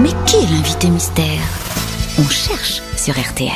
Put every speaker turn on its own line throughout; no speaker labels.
Mais qui est l'invité mystère On cherche sur RTL.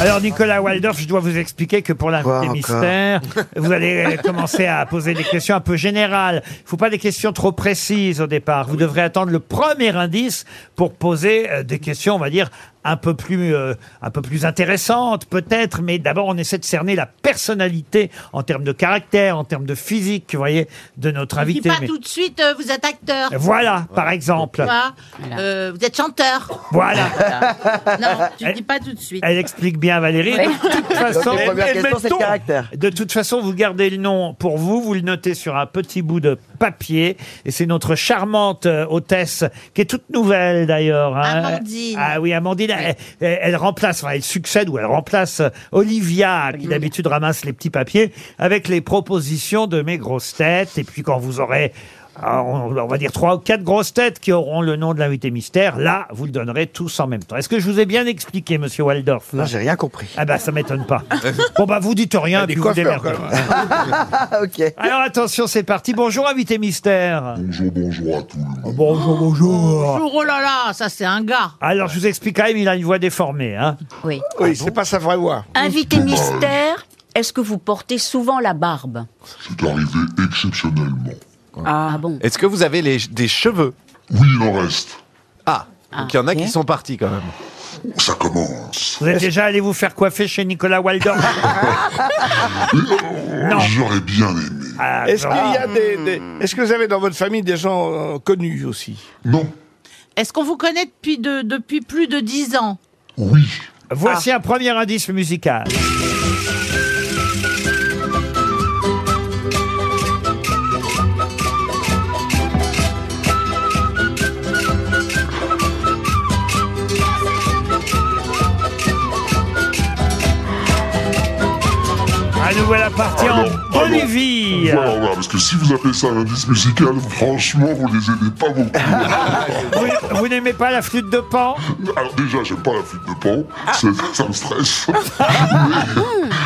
Alors Nicolas Waldorf, je dois vous expliquer que pour
Quoi
l'invité
encore
mystère, vous allez euh, commencer à poser des questions un peu générales. Il ne faut pas des questions trop précises au départ. Vous devrez attendre le premier indice pour poser euh, des questions, on va dire un peu plus euh, un peu plus intéressantes peut-être, mais d'abord on essaie de cerner la personnalité en termes de caractère, en termes de physique, vous voyez, de notre
Puis
invité.
pas
mais- Eh,
tout de suite, euh, vous êtes acteur.
Voilà, par exemple.
Quoi Euh, vous êtes chanteur.
Voilà.
Non, tu
Elle-
dis pas tout de suite.
Elle explique bien Valérie. De toute façon,
Donc, les premières questions, c'est le caractère.
de toute façon, vous gardez le nom pour vous, vous le notez sur un petit bout de papier. Et c'est notre charmante euh, hôtesse, qui est toute nouvelle d'ailleurs. hein.
Amandine.
Ah oui, Amandine, elle- Elle, elle remplace, enfin, elle succède ou elle remplace euh, Olivia, qui d'habitude ramasse les petits papiers, avec les propositions de mes grosses têtes. Et puis quand vous aurez... ah, On on va dire trois ou quatre grosses têtes qui auront le nom de l'invité mystère. Là, vous le donnerez tous en même temps. Est-ce que je vous ai bien expliqué, monsieur Waldorf
Non, j'ai rien compris.
ah bah ça m'étonne pas. bon bah vous dites rien, puis vous démerdez.
Ah, ok.
Alors attention, c'est parti. Bonjour invité mystère.
Bonjour, bonjour à tout le monde.
Bonjour, bonjour.
Bonjour, oh là là, ça c'est un gars.
Alors je vous explique quand même, il a une voix déformée. Hein.
Oui.
Oui,
Ah
c'est pas sa vraie voix.
Invité mystère, est-ce que vous portez souvent la barbe
C'est arrivé exceptionnellement.
ah. bon
Est-ce que vous avez les- des cheveux
Oui, il en reste. Oh,
Ah, donc il y en a
ok.
qui sont partis quand même.
Ça commence.
Vous êtes déjà allé vous faire coiffer chez Nicolas Waldorf Non.
J'aurais bien aimé.
Ah,
Est-ce
non.
qu'il y a des, des- Est-ce que vous avez dans votre famille des gens euh, connus aussi
Non.
Est-ce qu'on vous connaît depuis, de- depuis plus de 10 ans
Oui.
Voici un premier indice musical. Ah, nous voilà partis en
Ah non, ah non.
Bolivie.
Voilà, voilà, parce que si vous appelez ça un indice musical, franchement, vous les aidez pas beaucoup.
Vous, vous n'aimez pas la flûte de Pan
Alors déjà, j'aime pas la flûte de pan,
Ah.
ça, ça me stresse. mais,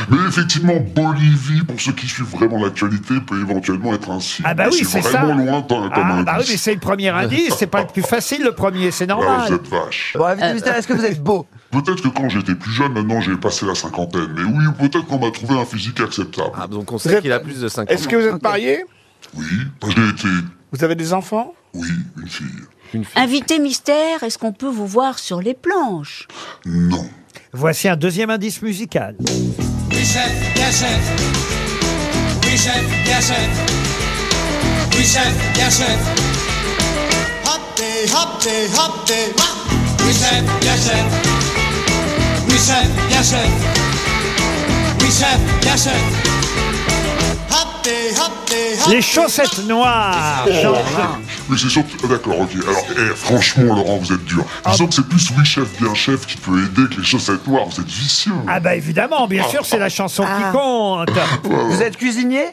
mais effectivement, Bolivie, pour ceux qui suivent vraiment l'actualité, peut éventuellement être un signe.
Ah bah oui, c'est ça.
vraiment lointain comme
Ah,
indice.
bah oui, mais c'est le premier indice. C'est pas le plus facile, le premier. C'est
Ah, vous
normal.
êtes vache.
Bon, invité mystère, est-ce que vous êtes beau
Peut-être que quand j'étais plus jeune, maintenant j'ai passé la cinquantaine, mais oui, peut-être qu'on m'a trouvé un physique acceptable.
Ah, donc on
Vous
sait
êtes-
qu'il a plus de 50
Est-ce que vous êtes marié
Oui, je l'ai été.
Vous avez des enfants
Oui, une fille.
Invité mystère, est-ce qu'on peut vous voir sur les planches
Non.
Voici un deuxième indice musical.
Oui chef, bien chef. Oui chef, bien chef. Oui chef, bien chef. Hop des, hop des, hop des, wah. Oui chef, bien chef. Oui chef, bien chef. Oui chef, bien chef. Hop des, hop des, hop
Les
des,
chaussettes noires.
Mais c'est surtout. ah, D'accord, ok. Alors, eh, franchement, Laurent, vous êtes dur.
Ah.
Disons que c'est plus oui, chef, bien chef qui peut aider que les chaussettes noires. Vous êtes vicieux.
Ah bah évidemment, bien sûr, c'est la chanson qui compte.
Vous êtes cuisinier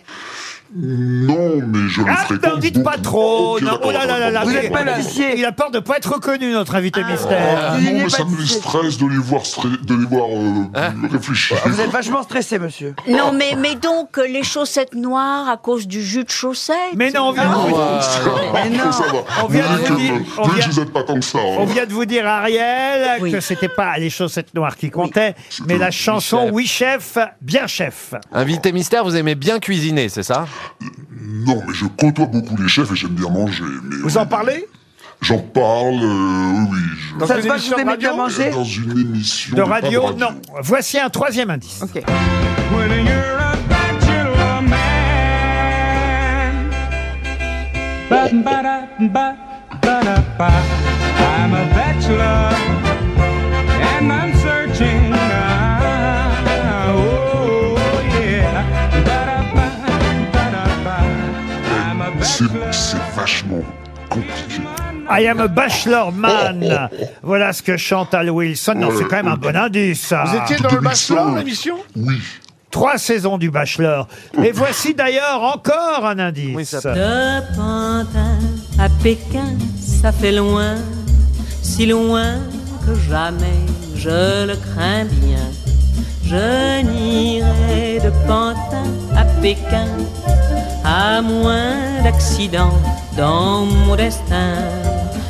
Non, mais je le
Ah,
fréquente.
n'en dites pas
beaucoup.
trop.
Ok,
non,
d'accord,
oh là là là là,
d'accord,
Vous êtes
d'accord,
pas
d'accord.
pâtissier
Il a peur de pas être reconnu, notre invité mystère.
Il
Non,
n'est
mais
pas
ça me
pâtissier.
stresse de les voir, stre- de les voir euh,
Hein
réfléchir.
Vous êtes vachement stressé, monsieur.
Non, mais, mais donc euh, les chaussettes noires à cause du jus de chaussettes
Mais non, on
Ah.
vient, de vous,
Mais non.
Ça va.
On vient de vous
Vous voyez
dire-
que-
on
vous voyez
vient-
que vous êtes pas tant que ça. hein.
on vient de vous dire, Ariel,
Oui.
que c'était pas les chaussettes noires qui comptaient, mais la chanson
chef.
Oui chef, bien chef.
Invité mystère, vous aimez bien cuisiner, c'est ça
Non, mais je côtoie beaucoup les chefs et j'aime bien manger. Mais
Vous en parlez
J'en parle, euh, oui. je-
Ça
une
se passe, vous
émission
aimez bien
radio
manger
Dans une émission
De
pas
radio, non. Voici un troisième indice.
When you're a bachelor man. Ba ba da ba ba da ba. I'm a bachelor and I'm searching. Ah, oh yeah. Ba da ba ba da ba. I'm a
C'est
bachelor.
c'est vachement compliqué.
I am a bachelor man. Voilà ce que chante Al Wilson. Non, c'est quand même un bon indice. ça.
Vous étiez dans le bachelor,
2005.
l'émission
Oui.
Trois saisons du Bachelor. Et voici d'ailleurs encore un indice.
Oui, ça
De Pantin à Pékin, ça fait loin, si loin que jamais, je le crains bien. Je n'irai de Pantin à Pékin, à moins d'accident dans mon destin.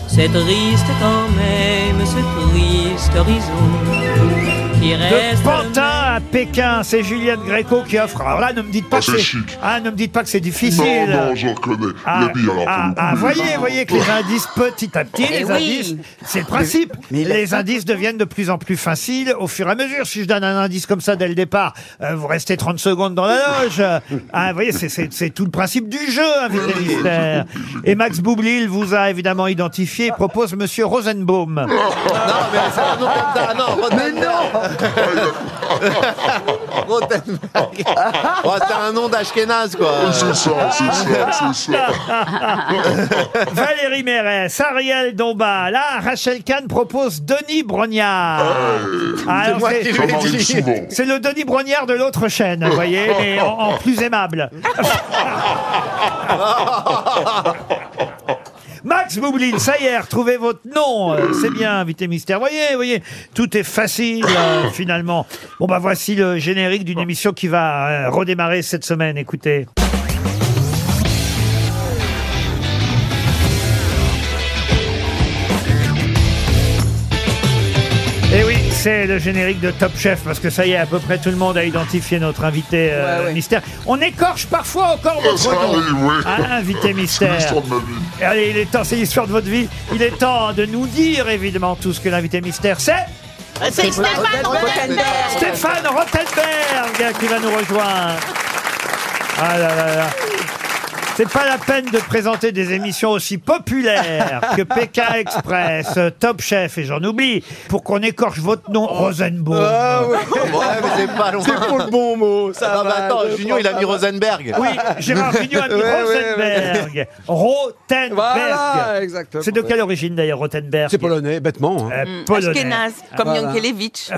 C'est triste quand même ce triste horizon qui
De
reste.
Pantin à Pékin, c'est Juliette Gréco qui offre. Alors là, ne me dites pas
Ah,
que
c'est
c'est.
chic.
Ah, ne me dites pas que c'est difficile.
Non, non, je reconnais.
Ah,
Il y a mis, alors, pour
ah,
le coup,
ah,
il y a
voyez,
mis.
voyez que les indices, petit à petit,
Eh
les
oui.
indices, c'est le principe.
Mais- mais il a-
les indices deviennent de plus en plus faciles au fur et à mesure. Si je donne un indice comme ça dès le départ, euh, vous restez 30 secondes dans la loge. ah, vous voyez, c'est- c'est c'est tout le principe du jeu avec les mystères. Et Max Boublil vous a évidemment identifié et propose Monsieur Rosenbaum.
Ah.
Non, mais c'est un nom comme ça. Ah non, Rotenberg. Oh, c'est un nom d'Ashkenaz, quoi.
Ah, C'est ça, c'est ça,
Ah,
c'est ça.
Valérie Mérès, Ariel Dombas. Là, Rachel Kahn propose Denis Brognard.
Ah,
Ah, Alors,
moi
c'est-
qui
Ça
ah,
m'arrive souvent.
C'est le Denis Brognard de l'autre chaîne, vous voyez, mais en, en plus aimable. Max Boublil, ça y est, retrouvez votre nom. Euh, C'est bien, invité mystère. Voyez, voyez, tout est facile euh, finalement. Bon bah voici le générique d'une émission qui va euh, redémarrer cette semaine. Écoutez. Et Eh oui, c'est le générique de Top Chef parce que ça y est, à peu près tout le monde a identifié notre invité euh,
Ouais, ouais.
mystère. On écorche parfois encore votre
Ça
nom.
arrive, oui.
Ah, invité
C'est
mystère.
l'histoire de ma vie.
Et Allez, il est temps, c'est l'histoire de votre vie. Il est temps de nous dire évidemment tout ce que l'invité mystère c'est.
C'est Stéphane Rothenberg.
Stéphane Rottenberg qui va nous rejoindre. Ah là là là. C'est pas la peine de présenter des émissions aussi populaires que Pékin Express, euh, Top Chef et j'en oublie pour qu'on écorche votre nom Rosenbaum.
Ah
Ouais, mais c'est pas loin. C'est pour le bon mot. Ça bah, non, mais attends, Junio, il a mis Rosenberg.
Oui, Gérard Vignot a mis
Ouais, ouais,
Rosenberg. Rothenberg.
Voilà, exactement.
C'est de quelle origine d'ailleurs Rothenberg
polonais, bêtement. hein.
Euh,
Mm.
polonais. Ah,
comme
Voilà.
Yankelevitch.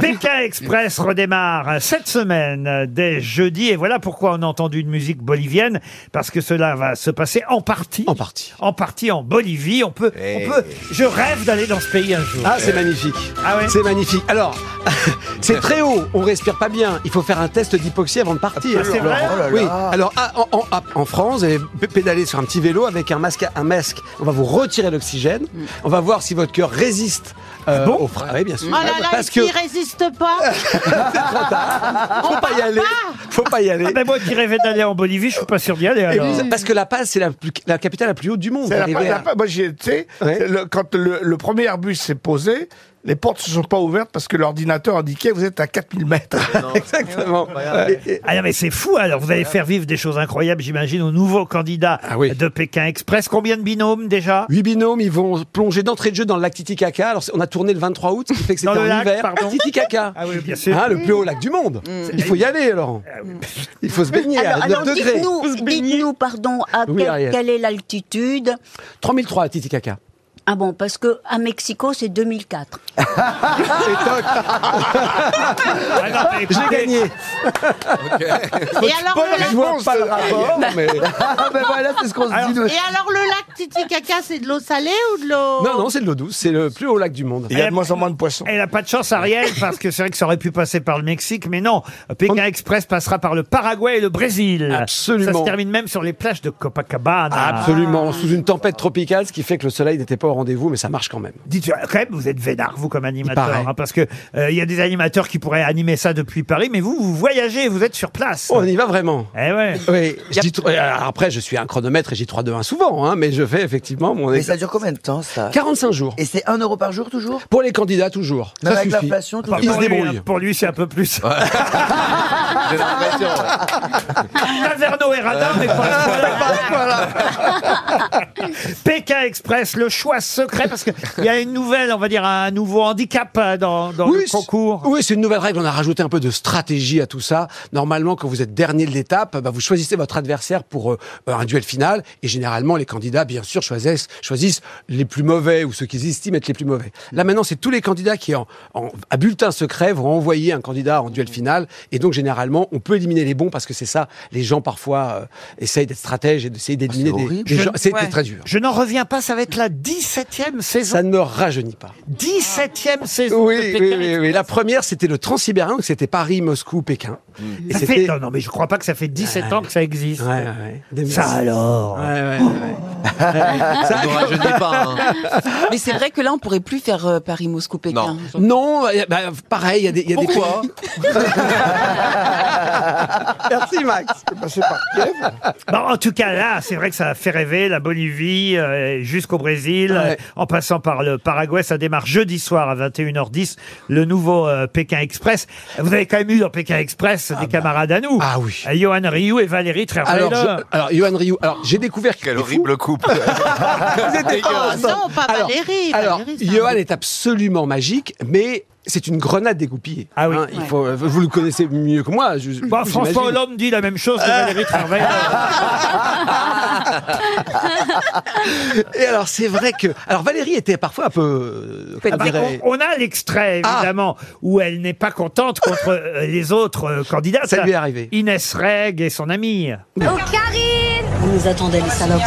Pékin Express redémarre cette semaine euh, dès jeudi et voilà pourquoi on a entendu une musique bolivienne parce que cela va se passer en partie en,
partie.
partie en Bolivie on peut
Eh.
on peut je rêve d'aller dans ce pays un jour
Ah, c'est magnifique.
Ah ouais
C'est magnifique. Alors, c'est très haut, on respire pas bien. Il faut faire un test d'hypoxie avant de partir.
Ah, c'est vrai
Alors,
Oh là
Oui.
là.
Alors, ah, en, en- ah, en France, vous allez p- pédaler sur un petit vélo avec un masque, à- un masque. On va vous retirer l'oxygène. On va voir si votre cœur résiste. euh,
bon
aux frais. Ah oui, bien sûr.
Oh là là,
Parce
est-ce qu'il
que
résiste pas
faut pas y aller. Faut pas y aller.
Ah ben moi qui rêvais d'aller en Bolivie je suis pas sûr d'y aller
Et
alors.
vous- parce que La Paz, c'est la, plus- la capitale la plus haute du monde.
C'est la-
Arriver
la-
à-
Moi, j'y étais.
Ouais.
C'est le- quand le, le premier Airbus s'est posé, les portes se sont pas ouvertes parce que l'ordinateur indiquait vous êtes à 4000 mètres.
Exactement. Et- et-
Ah non mais c'est fou alors vous allez faire vivre des choses incroyables j'imagine aux nouveaux candidats
Ah oui.
de Pékin Express combien de binômes déjà
Huit binômes, ils vont plonger d'entrée de jeu dans le lac Titicaca. Alors, c'est- on a tourné le 23 août, ce qui fait que c'était
Dans le
en
lac,
hiver.
pardon.
Titicaca.
Ah oui, Ah bien sûr.
Hein, le plus haut lac du monde. Il faut y aller, Laurent. Il faut se baigner
Alors,
à 9
alors
degrés.
dites-nous, dites-nous, pardon, à
Oui,
quel-
Ariel.
quelle est l'altitude
3003 à Titicaca.
Ah bon, parce que à Mexico, c'est 2004.
Et toc,
Ah non, mais
j'ai
écoutez,
gagné.
Et alors
Bonne
le lac-
Je vois
réponse.
pas le rapport, mais.
Ah ben voilà, c'est ce qu'on se dit. nous.
et alors le lac Titicaca, c'est de l'eau salée ou de l'eau
Non, non, c'est de l'eau douce. C'est le plus haut lac du monde.
Il y a de moins en moins de poissons.
Elle a pas de chance, Ariel, parce que c'est vrai que ça aurait pu passer par le Mexique, mais non. Pékin Express passera par le Paraguay et le Brésil.
Absolument.
Ça se termine même sur les plages de Copacabana.
Absolument, sous une tempête tropicale, ce qui fait que le soleil n'était pas au rendez-vous, mais ça marche quand même.
Dites, euh, quand même, vous êtes vénard, vous, comme
paraît.
animateur, hein, parce que euh, il y a des animateurs qui pourraient animer ça depuis Paris, mais vous, vous voyagez, vous êtes sur place.
Oh, On y va vraiment.
Eh ouais.
Oui, je dis tro- euh, alors après, je suis un chronomètre et j'ai 3-2-1 souvent, hein, mais je fais effectivement mon.
Mais ça dure combien de temps ça
45 jours.
Et c'est 1 euro par jour toujours
Pour les candidats, toujours.
Même
Ça
avec
suffit.
l'inflation, tout
Enfin,
Il
pour
se
lui,
débrouille.
hein, Pour lui, c'est un peu plus.
J'ai l'impression.
Taverneau et Radin, mais pas à ce point-là. Pékin Express, le choix secret, parce qu'il y a une nouvelle, on va dire, un nouveau handicap euh, dans, dans le
c'est-
concours.
Oui, c'est une nouvelle règle. On a rajouté un peu de stratégie à tout ça. Normalement, quand vous êtes dernier de l'étape, bah, vous choisissez votre adversaire pour euh, un duel final. Et généralement, les candidats, bien sûr, choisissent, choisissent les plus mauvais ou ceux qu'ils estiment être les plus mauvais. Là, maintenant, c'est tous les candidats qui, en, en- à bulletin secret, vont envoyer un candidat en duel final. Et donc, généralement, on peut éliminer les bons parce que c'est ça. Les gens, parfois, euh, essayent d'être stratèges et d'essayer d'éliminer des, des gens. C'est c'est très dur.
Je n'en reviens pas, ça va être la 17 17e saison.
Ça ne me rajeunit pas.
17e saison.
Oui,
de Pékin
oui, oui, oui. La première, c'était le Transsibérien, donc c'était Paris, Moscou, Pékin.
Mm. Ça fait- non, non, mais je crois pas que ça fait 17 ans que ça existe. Ça alors
Ça-
hein.
Mais c'est vrai que là, on pourrait plus faire euh, Paris-Moscou-Pékin.
Non, euh, bah, pareil, il y a des, il y a des
Pourquoi
pays-
Merci Max.
Bon, en tout cas, là, c'est vrai que ça a fait rêver la Bolivie euh, jusqu'au Brésil, euh, en passant par le Paraguay. Ça démarre jeudi soir à 21h10, le nouveau euh, Pékin Express. Vous avez quand même eu dans Pékin Express des camarades à nous. Ah
bah. oui.
Johan Rioux et Valérie Trierweiler.
Alors, je- alors, Johan Rioux, alors j'ai découvert quel horrible couple. Vous êtes
Ah
dégueulasse.
non, pas
Alors-
Valérie.
Alors,
Valérie, c'est un-
Johan est absolument magique, mais c'est une grenade dégoupillée. Ah oui. il faut, euh, vous le connaissez mieux que moi. je-
Bah,
j'imagine. Ah.
François Hollande dit la même chose que Valérie Trierweiler.
Et alors, c'est vrai que. Alors, Valérie était parfois un peu. euh,
Bah,
comment dirais-
on, on a l'extrait,
Ah.
évidemment, où elle n'est pas contente contre euh, les autres euh, candidats.
Ça lui est arrivé.
Inès Reg et son amie.
Oh Karine Vous nous attendez les salopes.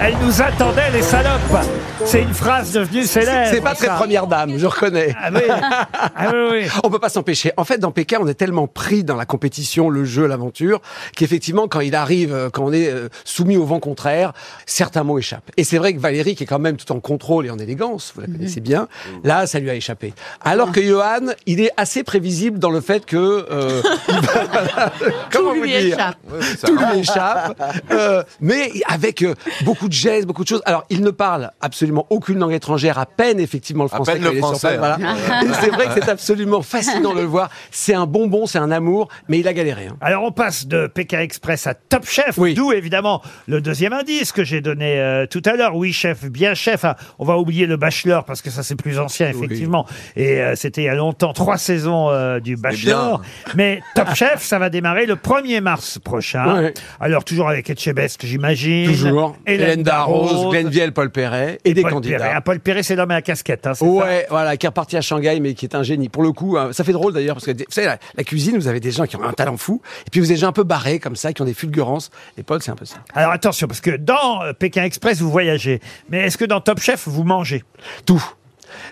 Elle nous attendait, les salopes C'est une phrase devenue célèbre.
C'est pas très
ça.
première dame, je reconnais.
Ah oui.
On peut pas s'empêcher. En fait, dans Pékin, on est tellement pris dans la compétition, le jeu, l'aventure, qu'effectivement, quand il arrive, euh, quand on est euh, soumis au vent contraire, certains mots échappent. Et c'est vrai que Valérie, qui est quand même tout en contrôle et en élégance,
Mhm.
vous la connaissez bien, là, ça lui a échappé. Alors que Johan, il est assez prévisible dans le fait que... euh, il va-
Tout lui échappe. Ouais, c'est ça.
Tout lui échappe. Euh, mais avec euh, beaucoup de gestes, beaucoup de choses. Alors, il ne parle absolument aucune langue étrangère, à peine effectivement le
À
français.
peine
quand
le
il est sur
français,
place, voilà.
hein.
Et c'est vrai que c'est absolument fascinant de le voir. C'est un bonbon, c'est un amour, mais il a galéré. hein.
Alors on passe de Pékin Express à Top Chef, d'où évidemment le deuxième indice que j'ai donné euh, tout à l'heure. Oui chef, bien chef. Ah, on va oublier le Bachelor parce que ça c'est plus ancien effectivement. Et euh, c'était il y a longtemps, trois saisons euh,
Eh
du Bachelor. Mais Top Chef, ça va démarrer le 1er mars prochain.
Ouais.
Alors toujours avec Etchebest, j'imagine.
Toujours. Hélène Darroze, Glenviel, Paul Perret et, des
Paul
candidats.
Perret. Ah, Paul Perret, c'est l'homme à la casquette. hein, c'est
Ouais, voilà, qui est reparti à Shanghai, mais qui est un génie. Pour le coup, hein, ça fait drôle d'ailleurs, parce que vous savez, la, la cuisine, vous avez des gens qui ont un talent fou, et puis vous avez des gens un peu barrés comme ça, qui ont des fulgurances. Et Paul, c'est un peu ça.
Alors attention, parce que dans euh, Pékin Express, vous voyagez. Mais est-ce que dans Top Chef, vous mangez
Tout.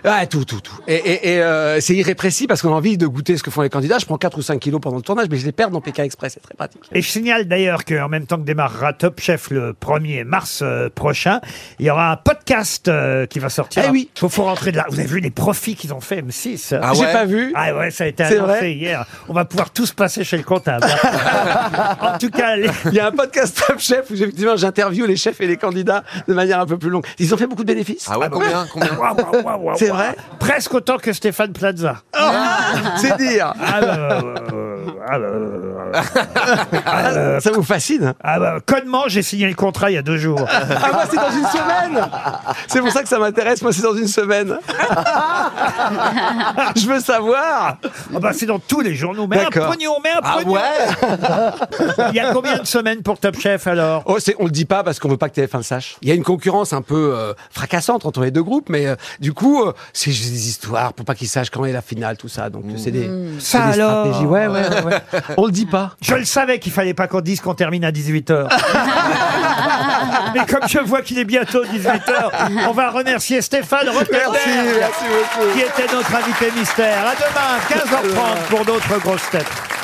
Ah, tout, tout, tout. Et, et- et, euh, c'est irrépressible parce qu'on a envie de goûter ce que font les candidats. Je prends 4 ou 5 kilos pendant le tournage, mais je les perds dans Pékin Express. C'est très pratique.
Et je signale d'ailleurs qu'en même temps que démarrera Top Chef le 1er mars euh, prochain, il y aura un podcast euh, qui va sortir.
Eh oui.
Faut, faut rentrer de là. Vous avez vu les profits qu'ils ont fait, M6
Ah J'ai ouais pas vu.
Ah ouais, ça a été
C'est
annoncé
vrai
hier. On va pouvoir tous passer chez le comptable. hein. en tout cas, les-
Il y a un podcast Top Chef où effectivement j'interviewe les chefs et les candidats de manière un peu plus longue. Ils ont fait beaucoup de bénéfices. Ah ouais,
combien, Waouh, waouh, waouh, waouh.
C'est vrai
Presque autant que Stéphane Plaza. Ah, bah, euh,
C'est dire.
ah,
Ça vous fascine
bah, Ah bah, connement, j'ai signé le contrat il y a deux jours.
Ah, moi, c'est dans une semaine C'est pour ça que ça m'intéresse, moi, c'est dans une semaine. Je veux savoir
Ah bah, C'est dans tous les journaux. Mais un
D'accord.
pognon, mais un
Ah
pognon Il y a combien de semaines pour Top Chef alors
Oh, c'est- on le dit pas parce qu'on veut pas que TF1 le sache. Il y a une concurrence un peu euh, fracassante entre les deux groupes, mais euh, du coup, euh, c'est juste des histoires pour pas qu'ils sachent quand est la finale, tout ça. Donc c'est des, c'est
Ça
des
alors
stratégies. Ouais, ouais, ouais, ouais. On le dit pas.
Je le savais qu'il fallait pas qu'on dise qu'on termine à 18h. Mais comme je vois qu'il est bientôt 18h, on va remercier Stéphane Rottenberg,
Merci, merci beaucoup.
qui était notre invité mystère. À demain, 15h30 pour d'autres grosses têtes.